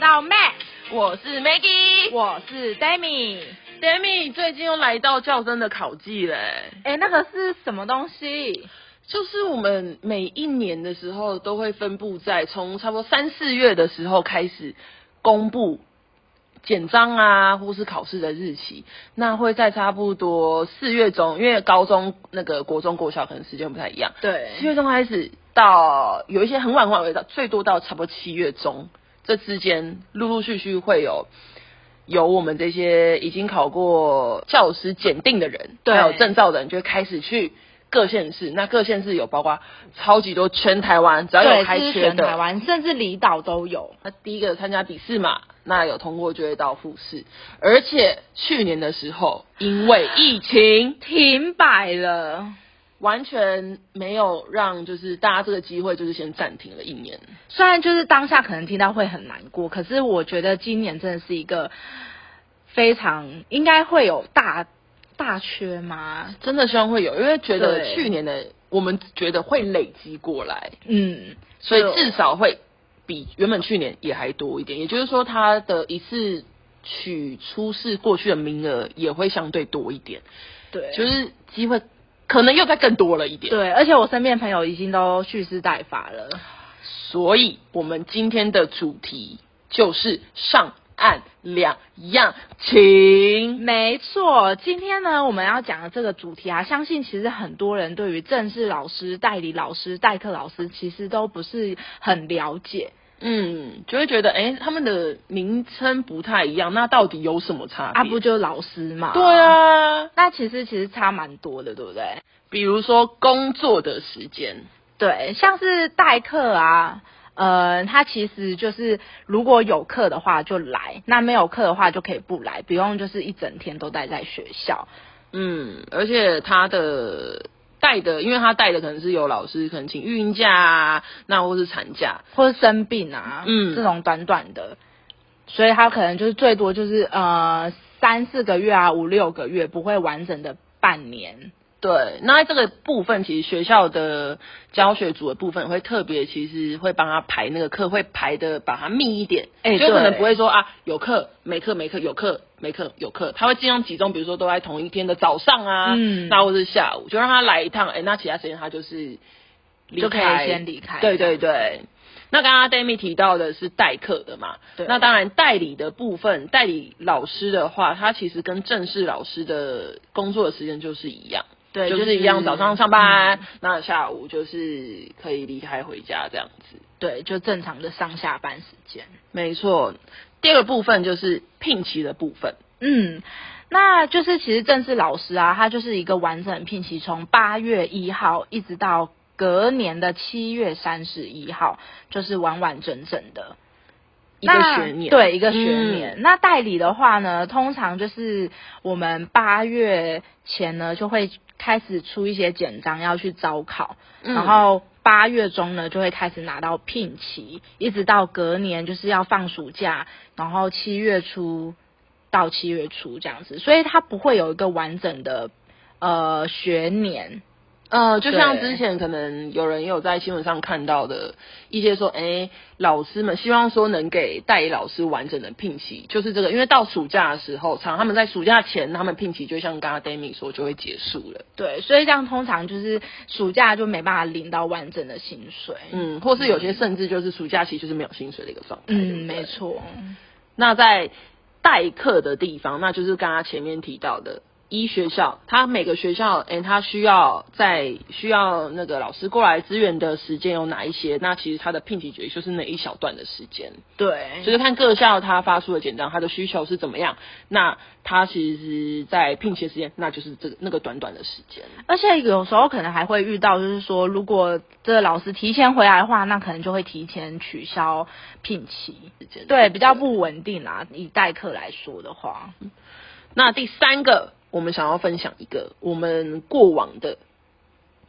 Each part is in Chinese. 到 Max，我是 Maggie，我是 Demi。 Demi 最近又来到较真的考季嘞、哎、那个是什么东西？就是我们每一年的时候都会分布在从差不多三四月的时候开始公布简章啊，或是考试的日期。那会在差不多四月中，因为高中那个国中、国小可能时间不太一样，对四月中开始到有一些很晚很晚会到，最多到差不多七月中这之间，陆陆续续会有有我们这些已经考过教师检定的人，对还有证照的人，就会开始去各县市。那各县市有包括超级多，全台湾只要有对，开就是缺全台的，湾甚至离岛都有。那第一个参加笔试嘛，那有通过就会到复试。而且去年的时候，因为疫情。停摆了，完全没有让就是大家这个机会就是先暂停了一年，虽然就是当下可能听到会很难过，可是我觉得今年真的是一个非常应该会有大大缺吗？真的希望会有，因为觉得对去年的我们觉得会累积过来，嗯，所以就至少会比原本去年也还多一点。也就是说，它的一次取出示过去的名额也会相对多一点，对，就是机会可能又再更多了一点。对，而且我身边的朋友已经都蓄势待发了。所以我们今天的主题就是上岸两样情。没错，今天呢，我们要讲的这个主题啊，相信其实很多人对于正式老师、代理老师、代课老师其实都不是很了解。嗯，就会觉得哎、诶他们的名称不太一样，那到底有什么差别？啊，不就老师嘛？对，啊，那其实其实差蛮多的，对不对？比如说工作的时间，对，像是代课啊，呃，他其实就是如果有课的话就来，那没有课的话就可以不来，不用就是一整天都待在学校。嗯，而且他的带的，因为他带的可能是有老师可能请育婴假啊，那或是产假，或者生病啊，嗯这种短短的，所以他可能就是最多就是呃三四个月啊，五六个月，不会完整的半年。对，那在这个部分，其实学校的教学组的部分会特别，其实会帮他排那个课，会排的把它密一点，哎就可能对不会说啊有课没课没课有课没课有课，他会尽量集中，比如说都在同一天的早上啊，嗯那或是下午，就让他来一趟，哎、那其他时间他就是离就可以开先离开对对这对。那刚刚 Demi 提到的是代课的嘛，对那当然代理的部分，代理老师的话，他其实跟正式老师的工作的时间就是一样。对就嗯就是是一样早上上班，那下午就是可以离开回家这样子。对，就正常的上下班时间。没错，第二个部分就是聘期的部分。嗯，那就是其实正式老师啊，他就是一个完整的聘期，从八月一号一直到隔年的七月三十一号，就是完完整整的。一个嗯那学年对一个学年。那代理的话呢，通常就是我们八月前呢就会开始出一些简章要去招考，嗯然后八月中呢就会开始拿到聘期，一直到隔年就是要放暑假，然后七月初到七月初这样子，所以它不会有一个完整的呃学年。呃，就像对之前可能有人也有在新闻上看到的一些说，哎、老师们希望说能给代理老师完整的聘期，就是这个，因为到暑假的时候，常他们在暑假前，他们聘期就像刚刚 Demi 说就会结束了，对，所以这样通常就是暑假就没办法领到完整的薪水。嗯，或是有些甚至就是暑假期就是没有薪水的一个状态，嗯，对不对没错。那在代课的地方，那就是刚刚前面提到的医学校，它每个学校，诶、它需要在需要那个老师过来支援的时间有哪一些？那其实它的聘级决议就是那一小段的时间，对，就是看各校它发出的简章，它的需求是怎么样。那它其实，在聘期的时间，那就是这个那个短短的时间。而且有时候可能还会遇到，就是说，如果这个老师提前回来的话，那可能就会提前取消聘期，对，比较不稳定啊。以代课来说的话，那第三个，我们想要分享一个我们过往的，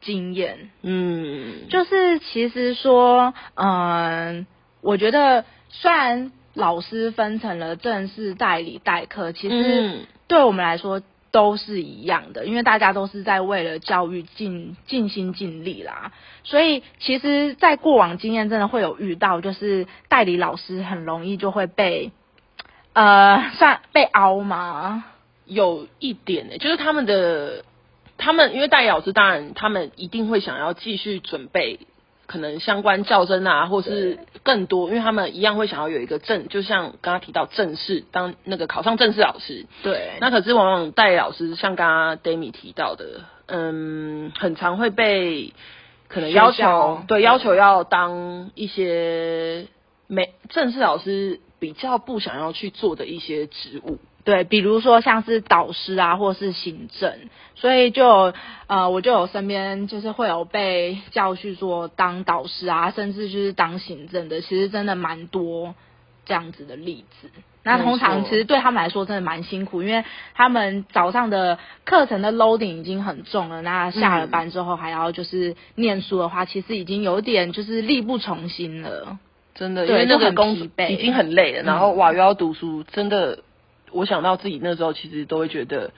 经验嗯，就是其实说，嗯，我觉得虽然老师分成了正式代理代课，其实嗯对我们来说，都是一样的，因为大家都是在为了教育尽尽心尽力啦。所以其实，在过往经验真的会有遇到，就是代理老师很容易就会被呃算被凹嘛。有一点呢、就是他们的，他们因为代理老师，当然他们一定会想要继续准备，可能相关较真啊，或是更多，因为他们一样会想要有一个正，就像刚刚提到正式，当那个考上正式老师，对那可是往往代理老师像刚刚 Demi 提到的，嗯，很常会被可能要学校求对嗯要求要当一些没正式老师比较不想要去做的一些职务。对，比如说像是导师啊，或是行政，所以就有呃，我就有身边就是会有被叫去做当导师啊，甚至就是当行政的，其实真的蛮多这样子的例子。那通常没错其实对他们来说真的蛮辛苦，因为他们早上的课程的 loading 已经很重了，那下了班之后还要就是念书的话，其实已经有点就是力不从心了。真的，因对为那就个很工疲作惫已经很累了，然后嗯哇又要读书，真的，我想到自己那时候其实都会觉得，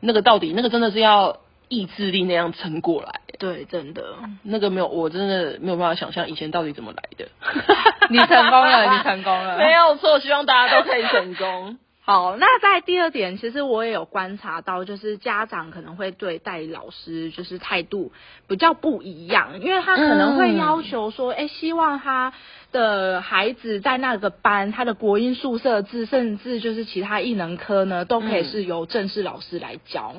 那个到底那个真的是要意志力那样撑过来，对，真的，那个没有，我真的没有办法想象以前到底怎么来的。 你成功了，你成功了， 没有错，希望大家都可以成功。 好，那在第二点，其实我也有观察到，就是家长可能会对代理老师就是态度比较不一样，因为他可能会嗯要求说，哎、希望他的孩子在那个班，他的国音、数、社、字，甚至就是其他艺能科呢，都可以嗯是由正式老师来教。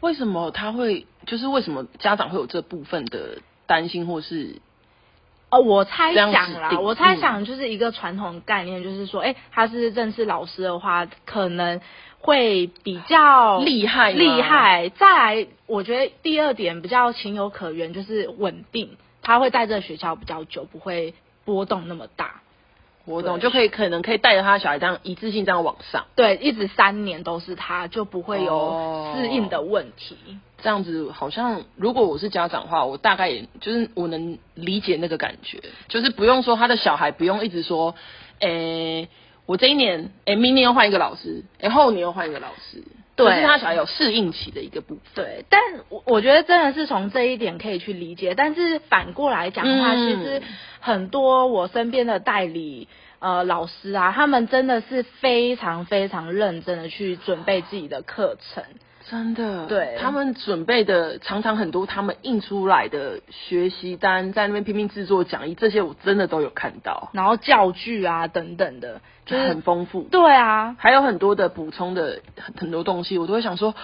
为什么他会？就是为什么家长会有这部分的担心，或是哦，我猜想这样指啦，定嗯我猜想就是一个传统概念，就是说，哎、他是正式老师的话，可能会比较厉害吗哦厉害。再来，我觉得第二点比较情有可原，就是稳定，他会在这个学校比较久，不会波动那么大。活动，对就可以可能可以带着他的小孩这样一致性这样往上，对，一直三年都是他，就不会有哦适应的问题。这样子好像如果我是家长的话，我大概也就是我能理解那个感觉，就是不用说他的小孩不用一直说，诶、我这一年，诶、明年又换一个老师，诶、后年又换一个老师，对就是他小孩有适应期的一个部分。对，但我我觉得真的是从这一点可以去理解，但是反过来讲的话，嗯其实很多我身边的代理呃老师啊，他们真的是非常非常认真的去准备自己的课程，真的，对他们准备的常常很多，他们印出来的学习单，在那边拼命制作讲义，这些我真的都有看到，然后教具啊等等的，就是很丰富。对啊，还有很多的补充的很很多东西，我都会想说，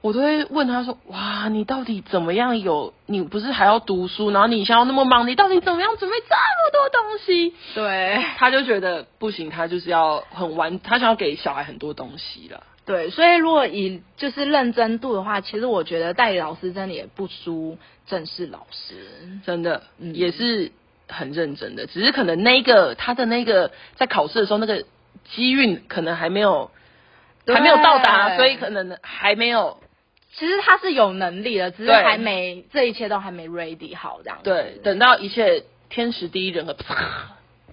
我都会问他说，哇，你到底怎么样有？你不是还要读书，然后你想要那么忙，你到底怎么样准备这么多东西？对。他就觉得不行，他就是要很完，他想要给小孩很多东西了。对，所以如果以就是认真度的话，其实我觉得代理老师真的也不输正式老师。真的，嗯也是很认真的，只是可能那个他的那个在考试的时候那个机运可能还没有对还没有到达，所以可能还没有其实他是有能力的，只是对还没这一切都还没 ready 好这样子。对，等到一切天时地利人和，啪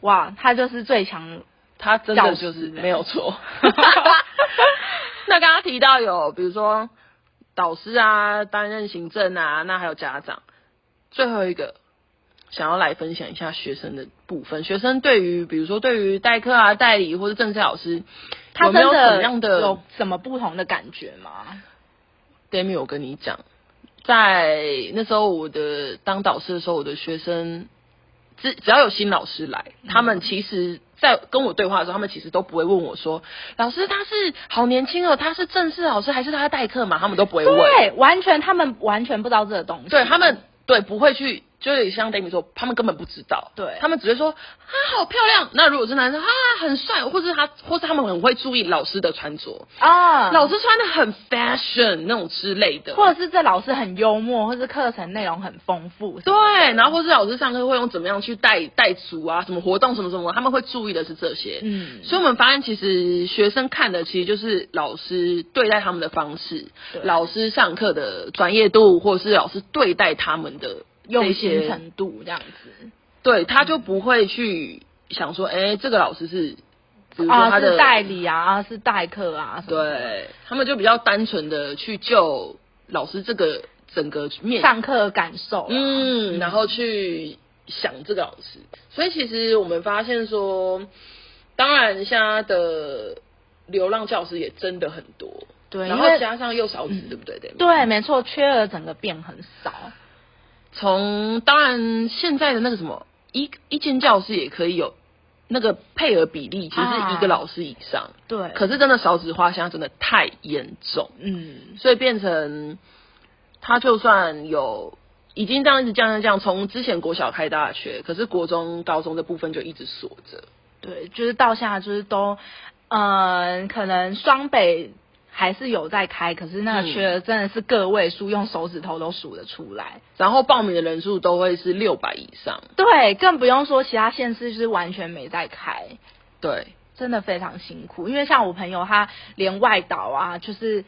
哇，他就是最强。他真的就教是师欸没有错。 那刚刚提到有比如说导师啊，担任行政啊，那还有家长，最后一个。想要来分享一下学生的部分，学生对于比如说对于代课啊、代理或者正式老师，他有没真有什的么样的有什么不同的感觉吗？ Demi，我跟你讲，在那时候我的当导师的时候，我的学生只只要有新老师来，他嗯们其实。在跟我对话的时候，他们其实都不会问我说：“老师，他是好年轻哦，他是正式老师还是他在代课嘛？”他们都不会问，对，完全他们完全不知道这个东西。对他们对不会去，就是像 Demi 说，他们根本不知道，对他们只会说啊好漂亮。那如果是男生啊很帅，或是他，或是他们很会注意老师的穿着，啊，老师穿的很 fashion 那种之类的，或者是这老师很幽默，或是课程内容很丰富。对，然后或是老师上课会用怎么样去带带组啊，什么活动什么什么，他们会注意的是这些。嗯，所以我们发现，其实学生看的其实就是老师对待他们的方式对，老师上课的专业度，或者是老师对待他们的这用心些，程度这样子。对，他就不会去想说，哎、这个老师是比如说啊他的、是代理啊，啊是代课啊，什么对他们就比较单纯的去就老师这个整个面上课感受啊，嗯，然后去想这个老师。所以其实我们发现说，当然现在的流浪教师也真的很多，对，然因后为加上又少子，对不嗯对？对吗。对，没错，缺额整个变很少，从当然现在的那个什么一一间教室也可以有那个配额比例，其实是一个啊老师以上。对，可是真的少子化现在真的太严重，嗯，所以变成他就算有已经这样一直降降降，从之前国小开大学，可是国中、高中的部分就一直锁着。对，就是到现在就是都，嗯，可能双北还是有在开，可是那嗯个缺额真的是个位数，用手指头都数得出来。然后报名的人数都会是六百以上，对，更不用说其他县市是完全没在开，对，真的非常辛苦。因为像我朋友，他连外岛啊，就是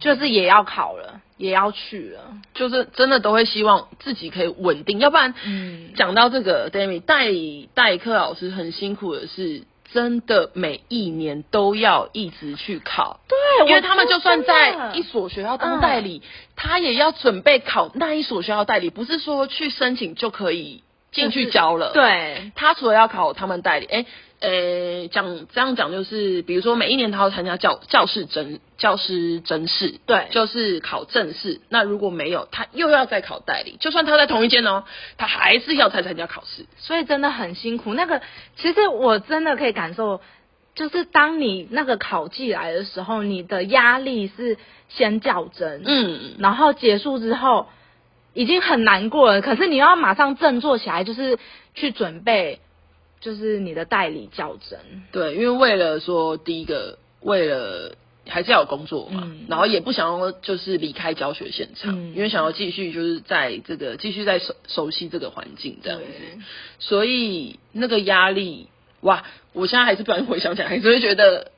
就是也要考了，也要去了。就是真的都会希望自己可以稳定，要不然嗯，讲到这个 d a m i 代代课老师很辛苦的是，真的每一年都要一直去考，对，因为我他们就算真在的嗯一所学校当代理，他也要准备考那一所学校代理，不是说去申请就可以进去教了。，对，他除了要考他们代理，哎、呃，讲这样讲就是，比如说每一年他要参加教教师甄教师甄试，对就是考正式。那如果没有，他又要再考代理，就算他在同一间哦，他还是要再参加考试。所以真的很辛苦。那个其实我真的可以感受，就是当你那个考季来的时候，你的压力是先较真，，嗯，然后结束之后已经很难过了，可是你要马上振作起来，就是去准备，就是你的代理较真。对，因为为了说第一个，为了还是要有工作嘛，嗯然后也不想要就是离开教学现场，嗯因为想要继续就是在这个继续在熟熟悉这个环境这样子，对所以那个压力哇，我现在还是不然回想起来，还是会觉得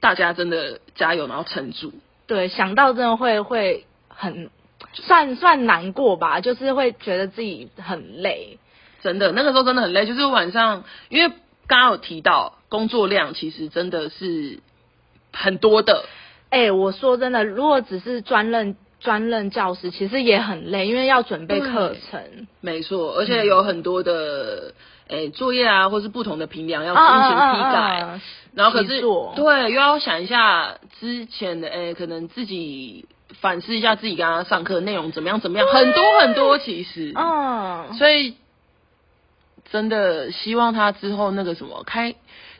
大家真的加油，然后撑住。对，想到真的会会很算算难过吧，就是会觉得自己很累。真的，那个时候真的很累，就是晚上，因为刚刚有提到工作量，其实真的是很多的，哎、我说真的，如果只是专任专任教师，其实也很累，因为要准备课程。没错，而嗯且有很多的诶、作业啊，或是不同的评量要啊进行啊批改，啊啊然后可是习作对又要想一下之前的诶、可能自己反思一下自己刚刚上课内容怎么样怎么样，很多很多其实，嗯，所以真的希望他之后那个什么开，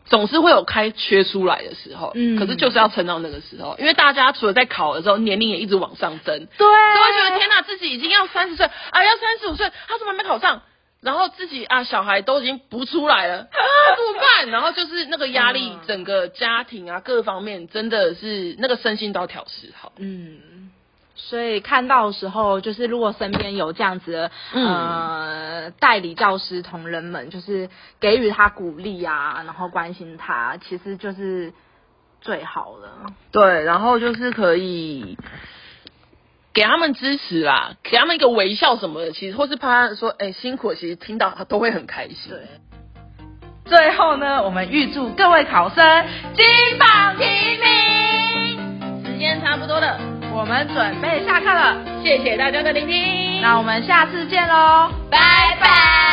总是会有开缺出来的时候。嗯可是就是要撑到那个时候，因为大家除了在考的时候，年龄也一直往上增，对，都会觉得天哪，自己已经要三十岁啊，要三十五岁，他怎么还没考上？然后自己啊，小孩都已经不出来了，啊、怎么办？然后就是那个压力嗯，整个家庭啊，各方面真的是那个身心都要调试好。嗯，所以看到的时候，就是如果身边有这样子的、嗯呃代理教师同仁们，就是给予他鼓励啊，然后关心他，其实就是最好了。对，然后就是可以给他们支持啦，给他们一个微笑什么的，其实或是怕他说，哎、辛苦了，其实听到他都会很开心。对。最后呢，我们预祝各位考生金榜题名。时间差不多了，我们准备下课了，谢谢大家的聆听，那我们下次见喽，拜拜。